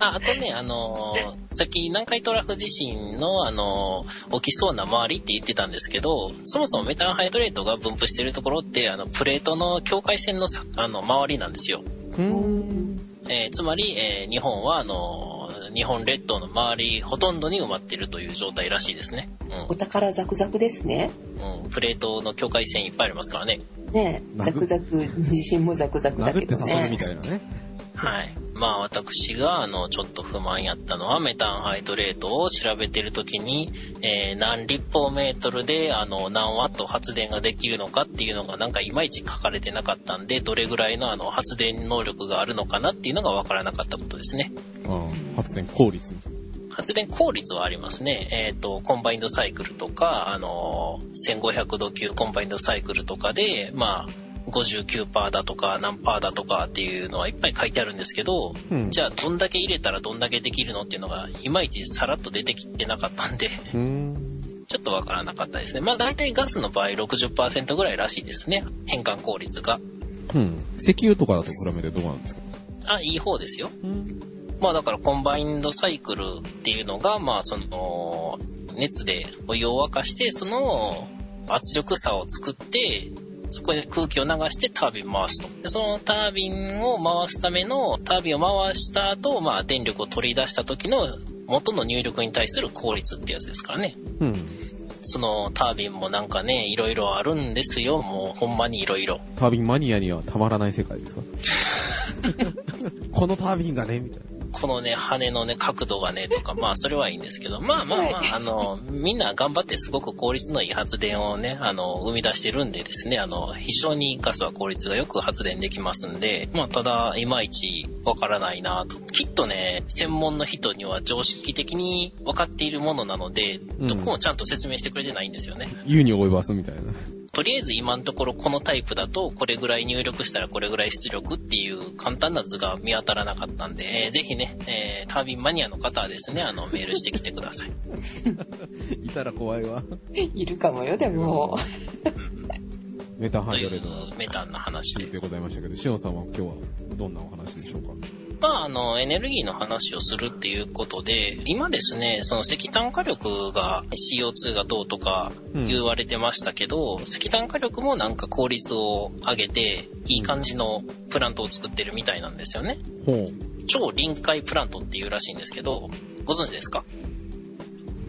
[SPEAKER 4] あ、あとね、あのーさっき南海トラフ地震の、あのー起きそうな周りって言ってたんですけど、そもそもメタンハイドレートが分布してるところって、あの、プレートの境界線のさあの、周りなんですよ。
[SPEAKER 2] うん。
[SPEAKER 4] えーつまり、えー日本は、あのー日本列島の周り、ほとんどに埋まってるという状態らしいですね。
[SPEAKER 3] お宝ザクザクですね
[SPEAKER 4] うん。うん。プレートの境界線いっぱいありますからね。
[SPEAKER 3] ねえザクザク地震もザクザクだ
[SPEAKER 2] 殴
[SPEAKER 3] け
[SPEAKER 2] って
[SPEAKER 3] ど
[SPEAKER 2] 刺さるみ
[SPEAKER 3] ね
[SPEAKER 2] たいなね。
[SPEAKER 4] はい。まあ私が、あの、ちょっと不満やったのは、メタンハイドレートを調べてるときに、えー何立方メートルで、あの、何ワット発電ができるのかっていうのが、なんかいまいち書かれてなかったんで、どれぐらいの、あの、発電能力があるのかなっていうのがわからなかったことですね。
[SPEAKER 2] うん。発電効率。
[SPEAKER 4] 発電効率はありますね。えっ、と、コンバインドサイクルとか、あの、1500度級コンバインドサイクルとかで、まあ、59%だとか何パーだとかっていうのはいっぱい書いてあるんですけど、
[SPEAKER 2] うん
[SPEAKER 4] じゃあどんだけ入れたらどんだけできるのっていうのがいまいちさらっと出てきてなかったんで、
[SPEAKER 2] うん。
[SPEAKER 4] ちょっとわからなかったですね。まあ大体ガスの場合60%ぐらいらしいですね。変換効率が。
[SPEAKER 2] うん。石油とかだと比べてどうなんですか
[SPEAKER 4] あ、いい方ですよ。
[SPEAKER 2] うん。
[SPEAKER 4] まあだからコンバインドサイクルっていうのが、まあその、熱でお湯を沸かして、その圧力差を作って、そこで空気を流してタービン回すと。でそのタービンを回すための、タービンを回した後、まあ電力を取り出した時の元の入力に対する効率ってやつですからね。
[SPEAKER 2] うん。
[SPEAKER 4] そのタービンもなんかね、いろいろあるんですよ。もうほんまにいろいろ。
[SPEAKER 2] タービンマニアにはたまらない世界ですか このタービンがね、みたいな。
[SPEAKER 4] このね、羽のね、角度がね、と か、まあ、それはいいんですけど、まあまあま あ、あの、みんな頑張ってすごく効率のいい発電をね、あの、生み出してるんでですね、あの、非常にガスは効率がよく発電できますんで、まあ、ただ、いまいちわからないなと。きっとね、専門の人には常識的に分かっているものなので、どこもちゃんと説明してくれてないんですよね。
[SPEAKER 2] 言うに及ばすみたいな。
[SPEAKER 4] とりあえず今のところこのタイプだとこれぐらい入力したらこれぐらい出力っていう簡単な図が見当たらなかったんで、えーぜひね、えータービンマニアの方はですね、あ の、メールしてきてください。
[SPEAKER 2] いたら怖いわ。
[SPEAKER 3] いるかもよ、でも。
[SPEAKER 4] うん
[SPEAKER 2] メタハ
[SPEAKER 4] と
[SPEAKER 2] ン
[SPEAKER 4] い
[SPEAKER 2] ドレッドの
[SPEAKER 4] うメタンな話
[SPEAKER 2] シーン
[SPEAKER 4] で。
[SPEAKER 2] でございましたけど、シオンさんは今日はどんなお話でしょうか
[SPEAKER 4] まあ、あの、エネルギーの話をするっていうことで、今ですね、その石炭火力が CO2 がどうとか
[SPEAKER 2] うん
[SPEAKER 4] 言われてましたけど、石炭火力もなんか効率を上げて、いい感じのプラントを作ってるみたいなんですよね。
[SPEAKER 2] ほ
[SPEAKER 4] 超臨界プラントっていうらしいんですけど、ご存知ですか
[SPEAKER 2] う。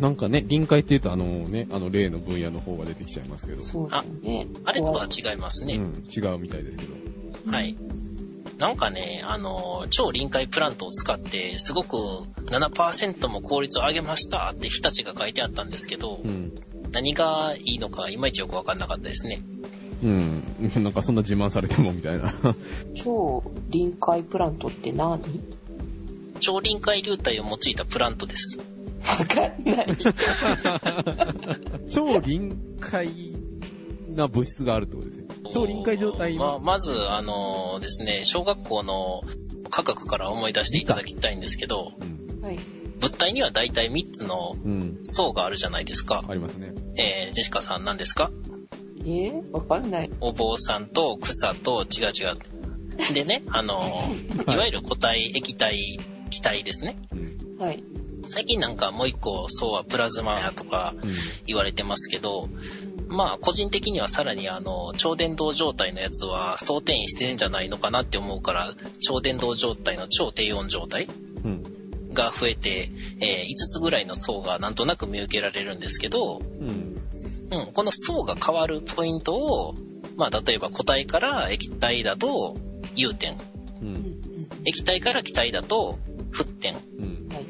[SPEAKER 2] なんかね、臨界って言うとあのね、あの例の分野の方が出てきちゃいますけど。
[SPEAKER 3] そうだね。
[SPEAKER 4] あれとは違います
[SPEAKER 2] う
[SPEAKER 4] ね。
[SPEAKER 2] ん、違うみたいですけど。
[SPEAKER 3] うん
[SPEAKER 4] はい。なんかね、あの、超臨界プラントを使って、すごく7%も効率を上げましたって日立が書いてあったんですけど
[SPEAKER 2] う、ん。
[SPEAKER 4] 何がいいのかいまいちよくわかんなかったですね。
[SPEAKER 2] うん。なんかそんな自慢されてもみたいな。
[SPEAKER 3] 超臨界プラントって何わ
[SPEAKER 4] 超臨界流体を用いたプラントです。
[SPEAKER 3] かんない。
[SPEAKER 2] 超臨界な物質があるってことですね。超臨界状態
[SPEAKER 4] まあ
[SPEAKER 2] の。
[SPEAKER 4] まず、あのですね、小学校の科学から思い出していただきたいんですけど、
[SPEAKER 2] うん。
[SPEAKER 3] はい。
[SPEAKER 4] 物体には大体3つの
[SPEAKER 2] うん。
[SPEAKER 4] 層があるじゃないですか。
[SPEAKER 2] ありますね。
[SPEAKER 4] えー、ジェシカさん何ですか
[SPEAKER 3] えーわかんない。
[SPEAKER 4] お坊さんと草と違う違う。でね、あの、いわゆる固体、液体、気体ですね。
[SPEAKER 2] うん。
[SPEAKER 3] はい。
[SPEAKER 4] 最近なんかもう一個層はプラズマとか
[SPEAKER 2] うん。
[SPEAKER 4] 言われてますけど、まあ個人的にはさらにあの、超電導状態のやつは総転移してんじゃないのかなって思うから、超電導状態の超低温状態
[SPEAKER 2] うん。
[SPEAKER 4] が増えて、え5つぐらいの層がなんとなく見受けられるんですけど、
[SPEAKER 2] うん。
[SPEAKER 4] うん、この層が変わるポイントを、まあ、例えば固体から液体だと融点、
[SPEAKER 2] う
[SPEAKER 3] うん
[SPEAKER 2] ん。
[SPEAKER 4] 液体から気体だと沸点っ
[SPEAKER 2] うん。
[SPEAKER 3] はい。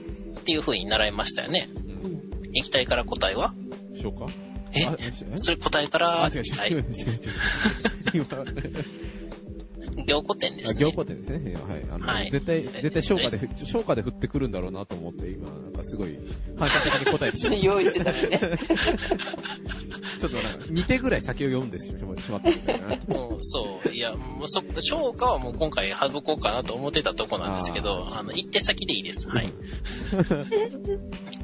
[SPEAKER 4] ていう風に習いましたよね。
[SPEAKER 2] うん
[SPEAKER 3] うん
[SPEAKER 4] 液体から固体は
[SPEAKER 2] しようか
[SPEAKER 4] え
[SPEAKER 2] あえ
[SPEAKER 4] それ固体か
[SPEAKER 2] あ、
[SPEAKER 4] ら
[SPEAKER 2] 違う
[SPEAKER 4] 気
[SPEAKER 2] 違う違う違
[SPEAKER 4] 体
[SPEAKER 2] う。違う違う
[SPEAKER 4] 凝固点で
[SPEAKER 2] あ
[SPEAKER 4] す
[SPEAKER 2] 凝
[SPEAKER 4] ね。
[SPEAKER 2] 固点ですね。はい。あの、
[SPEAKER 4] はい
[SPEAKER 2] 絶対、絶対消化で、消化で振ってくるんだろうなと思って、今、なんかすごい、反射的に答えてしまっ
[SPEAKER 3] 用意してたのね。
[SPEAKER 2] た。ちょっとなんか、2手ぐらい先を読んでしまったみたいな。
[SPEAKER 4] うん、そう。いや、もうそ、消化はもう今回省こうかなと思ってたとこなんですけど、
[SPEAKER 2] あ
[SPEAKER 4] あの、一手先でいいです。はい。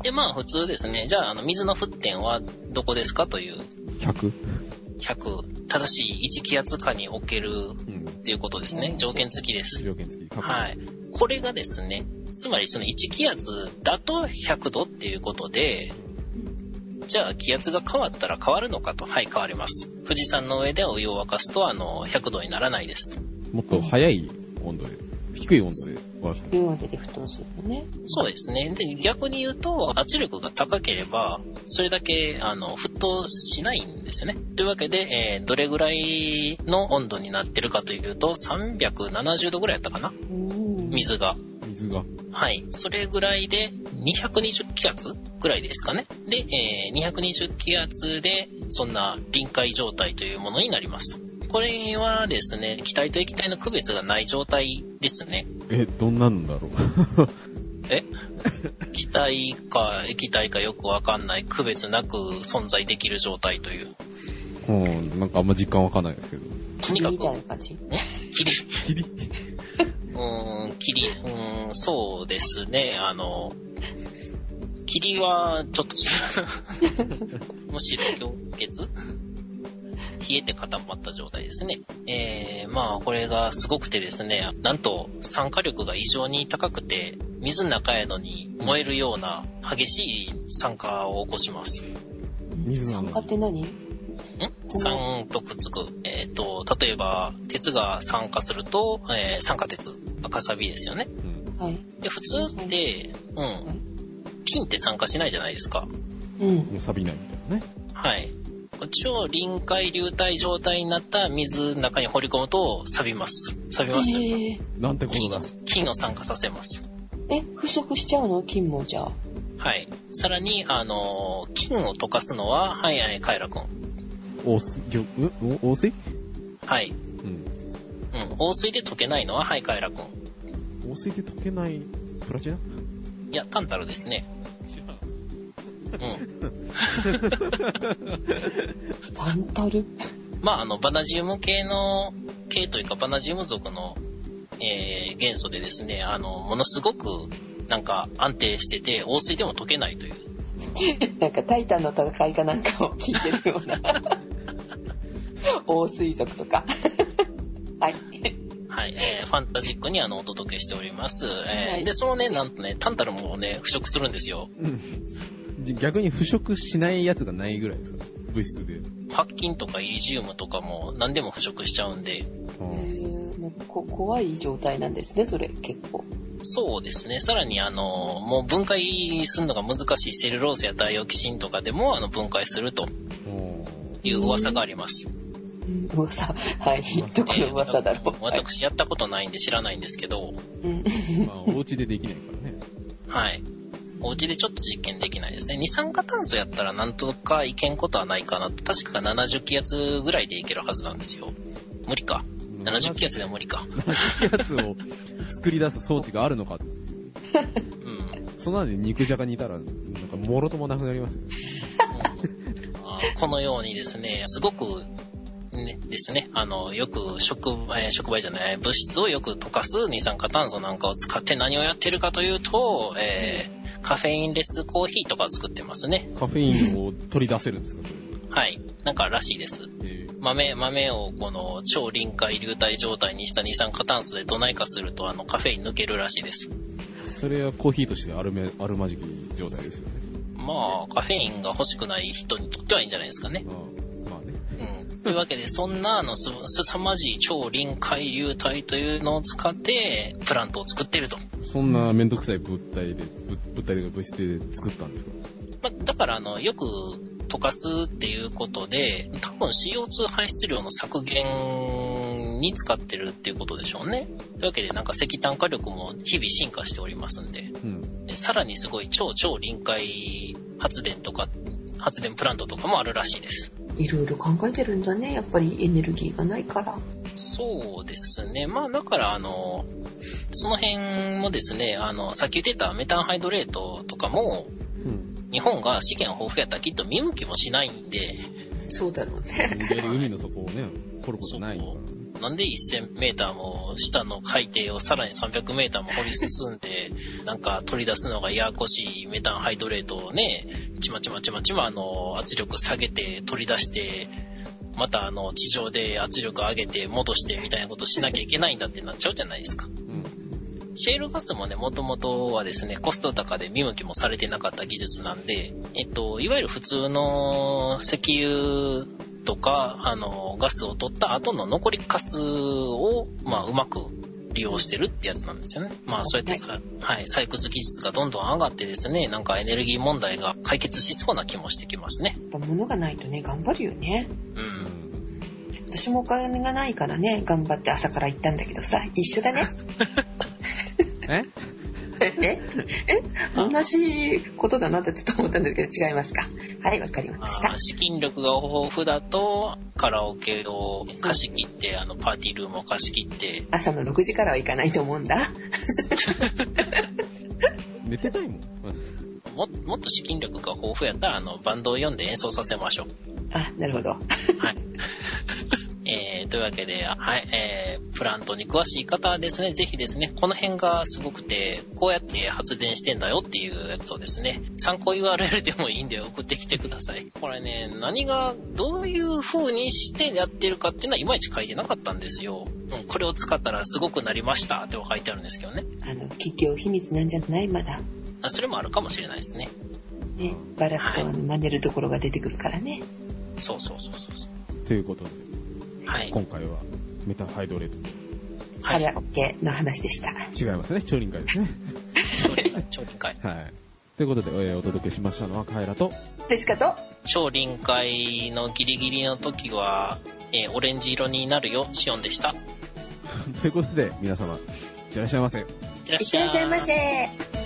[SPEAKER 4] で、まあ普通ですね。じゃあ、あの、水の沸点はどこですかという
[SPEAKER 2] 100?
[SPEAKER 4] 100、ただし1気圧下における
[SPEAKER 2] うん。
[SPEAKER 4] っていうことですね。条件付きです。
[SPEAKER 2] 条件付き。。
[SPEAKER 4] はいい。これがですね、つまりその1気圧だと100度っていうことで、じゃあ気圧が変わったら変わるのかと。はい、変わります。富士山の上でお湯を沸かすと、あの、100度にならないですと。
[SPEAKER 2] もっと早い温度で、低い温度で沸く。
[SPEAKER 3] 用意で沸騰するのね。
[SPEAKER 4] そうですね。で、逆に言うと、圧力が高ければ、それだけ、あの、沸騰しないんですよね。というわけで、えーどれぐらいの温度になってるかというと、370度ぐらいだったかな
[SPEAKER 3] うん。
[SPEAKER 4] 水が。
[SPEAKER 2] 水が。
[SPEAKER 4] はい。それぐらいで、220気圧ぐらいですかね。で、えー220気圧で、そんな臨界状態というものになりますと。これはですね、気体と液体の区別がない状態ですね。
[SPEAKER 2] え、どんなんだろう。
[SPEAKER 4] え気体か液体かよくわかんない、区別なく存在できる状態という。
[SPEAKER 2] うん、なんかあんま実感わかんないですけど。
[SPEAKER 4] とにか
[SPEAKER 3] み
[SPEAKER 4] く
[SPEAKER 3] た、いな感じ。
[SPEAKER 4] 霧、
[SPEAKER 2] 霧
[SPEAKER 4] うーん、霧、うーん、そうですね、あの、霧はちょっと違う。むしろ凝結冷えて固まった状態ですね。えー、まあこれがすごくてですね、なんと酸化力が異常に高くて、水の中やのに燃えるような激しい酸化を起こします。
[SPEAKER 2] 水なの
[SPEAKER 3] 酸
[SPEAKER 2] に
[SPEAKER 3] 化って何
[SPEAKER 4] ん酸とくっつく。えっ、と、例えば、鉄が酸化すると、えー酸化鉄、赤サビですよね。
[SPEAKER 2] うん。
[SPEAKER 3] はい。
[SPEAKER 4] で、普通って、うん。金って酸化しないじゃないですか。
[SPEAKER 3] うん。
[SPEAKER 2] もう錆びないみたいなね。
[SPEAKER 4] はい。超臨界流体状態になった水の中に放り込むと錆びます。錆びますというか。
[SPEAKER 3] えー
[SPEAKER 2] なんてこと
[SPEAKER 4] 金
[SPEAKER 2] だ
[SPEAKER 4] を。金を酸化させます。
[SPEAKER 3] え、不足しちゃうの金もじゃあ。
[SPEAKER 4] はい。さらに、あのー金を溶かすのは、はいはい、カイラ君。
[SPEAKER 2] お水、ぎょんおお水
[SPEAKER 4] はい。
[SPEAKER 2] うん。
[SPEAKER 4] うん。王水で溶けないのは、はい、カイラ君。
[SPEAKER 2] お水で溶けないプラチナ
[SPEAKER 4] いや、タンタルですね。うん。
[SPEAKER 3] タンタル
[SPEAKER 4] まあ、あの、バナジウム系の、系というか、バナジウム族の、えー元素でですね、あの、ものすごく、なんか、安定してて、王水でも溶けないという。
[SPEAKER 3] なんかタイタンの戦いかなんかを聞いてるような。 大水族とか。 はい。
[SPEAKER 4] はい、えーファンタジックにあのお届けしております。えー
[SPEAKER 3] はい
[SPEAKER 4] で、そのね、なんとね、タンタルもね、腐食するんですよ。
[SPEAKER 2] うん。じ逆に腐食しないやつがないぐらいですか物質で。
[SPEAKER 4] 白金とかイリジウムとかも何でも腐食しちゃうんで、
[SPEAKER 2] うん
[SPEAKER 3] もうこ怖い状態なんですね、それ結構。
[SPEAKER 4] そうですね、さらにあの、もう分解するのが難しいセルロースやダイオキシンとかでもあの分解すると
[SPEAKER 2] お
[SPEAKER 4] いう噂があります。
[SPEAKER 3] 噂。はい。どこの噂だろ
[SPEAKER 4] えー
[SPEAKER 3] う。はい
[SPEAKER 4] 私やったことないんで知らないんですけど、
[SPEAKER 3] うん
[SPEAKER 2] ーまあ、お家でできないからね。
[SPEAKER 4] はい。お家でちょっと実験できないですね。二酸化炭素やったらなんとかいけんことはないかなと。確か70気圧ぐらいでいけるはずなんですよ。無理か。70気圧では無理か。
[SPEAKER 2] やつを作り出す装置があるのか。
[SPEAKER 4] うん。うん
[SPEAKER 2] そんなので肉じゃがにいたら、なんか、もろともなくなりますよ。
[SPEAKER 4] あ ーこのようにですね、すごく、ね、ですね、あの、よく触、えー触媒じゃない、物質をよく溶かす二酸化炭素なんかを使って何をやってるかというと、えーカフェインレスコーヒーとかを作ってますね。
[SPEAKER 2] カフェインを取り出せるんですか、それ。
[SPEAKER 4] はい。なんからしいです。
[SPEAKER 2] えー
[SPEAKER 4] 豆、豆をこの超臨界流体状態にした二酸化炭素でどないかするとあのカフェイン抜けるらしいです。
[SPEAKER 2] それはコーヒーとしてあるめ、あるまじき状態ですよね。
[SPEAKER 4] まあ、カフェインが欲しくない人にとってはいいんじゃないですかね。
[SPEAKER 2] まあ、まあね。
[SPEAKER 4] うん。というわけで、そんなあのす、すさまじい超臨界流体というのを使って、プラントを作っていると。
[SPEAKER 2] そんなめんどくさい物体で、ぶ物体が物質で作ったんですか
[SPEAKER 4] まあ、だからあの、よく溶かすっていうことで、多分 CO2 排出量の削減に使ってるっていうことでしょうね。というわけで、なんか石炭火力も日々進化しておりますんで。
[SPEAKER 2] うん。
[SPEAKER 4] でさらにすごい超超臨界発電とか、発電プラントとかもあるらしいです。
[SPEAKER 3] いろいろ考えてるんだね。やっぱりエネルギーがないから。
[SPEAKER 4] そうですね。まあだから、あの、その辺もですね、あの、さっき言ってたメタンハイドレートとかも、
[SPEAKER 2] うん。
[SPEAKER 4] 日本が資源豊富やったらきっと見向きもしないんで、
[SPEAKER 3] そうだろうね。
[SPEAKER 2] 無理やり海の底をね、掘ることないからね。
[SPEAKER 4] なんで1000メーターも下の海底をさらに300メーターも掘り進んで、 なんか取り出すのがややこしいメタンハイドレートをね、ちまちまちまちまあの圧力下げて取り出して、またあの地上で圧力上げて戻してみたいなことしなきゃいけないんだってなっちゃうじゃないですか。シェールガスもね、もともとはですね、コスト高で見向きもされてなかった技術なんで、えっと、いわゆる普通の石油とか、あの、ガスを取った後の残りカスを、まあ、うまく利用してるってやつなんですよね。まあ、そうやってさ、はい、採掘技術がどんどん上がってですね、なんかエネルギー問題が解決しそうな気もしてきますね。
[SPEAKER 3] やっぱ物がないとね、頑張るよね。
[SPEAKER 4] う。
[SPEAKER 2] うんん。
[SPEAKER 3] 私もお金がないからね、頑張って朝から行ったんだけどさ、一緒だね。
[SPEAKER 2] え
[SPEAKER 3] ええ同じことだなとちょっと思ったんですけど、違いますか。はい、わかりま
[SPEAKER 4] あ
[SPEAKER 3] した
[SPEAKER 4] ー。資金力が豊富だと、カラオケを貸し切って、あの、パーティールームを貸し切って、
[SPEAKER 3] 朝の6時からは行かないと思うんだ。
[SPEAKER 2] 寝てたいもん。
[SPEAKER 4] ももっと資金力が豊富やったらあのバンドを読んで演奏させましょ
[SPEAKER 3] あ、なるほど。
[SPEAKER 4] う。はい えー、というわけで、はいえー、プラントに詳しい方はですね、ぜひですね、この辺がすごくて、こうやって発電してんだよっていうやつをですね、参考 URL でもいいんで送ってきてください。これね、何が、どういう風にしてやってるかっていうのはいまいち書いてなかったんですよ。うんこれを使ったらすごくなりましたって書いてあるんですけどね。
[SPEAKER 3] あの、企業秘密なんじゃないまだ。
[SPEAKER 4] あそれもあるかもしれないですね。
[SPEAKER 3] ね、バラすとあの真似るところが出てくるからね。
[SPEAKER 4] そうそうそうそうそう。
[SPEAKER 2] ということで、
[SPEAKER 4] はい。
[SPEAKER 2] 今回はメタンハイドレート。
[SPEAKER 4] は
[SPEAKER 3] カ
[SPEAKER 4] い
[SPEAKER 3] ラオケの話でした。
[SPEAKER 2] 違いますね、超臨界ですね。
[SPEAKER 4] 超臨界超臨界
[SPEAKER 2] はい。ということで、えーお届けしましたのはカエラと、
[SPEAKER 3] でしかと
[SPEAKER 4] 超臨界のギリギリの時は、えーオレンジ色になるよ、シオンでした。
[SPEAKER 2] ということで、皆様、いってらっしゃいませ。
[SPEAKER 4] いってらっ
[SPEAKER 3] いってらっしゃいませ。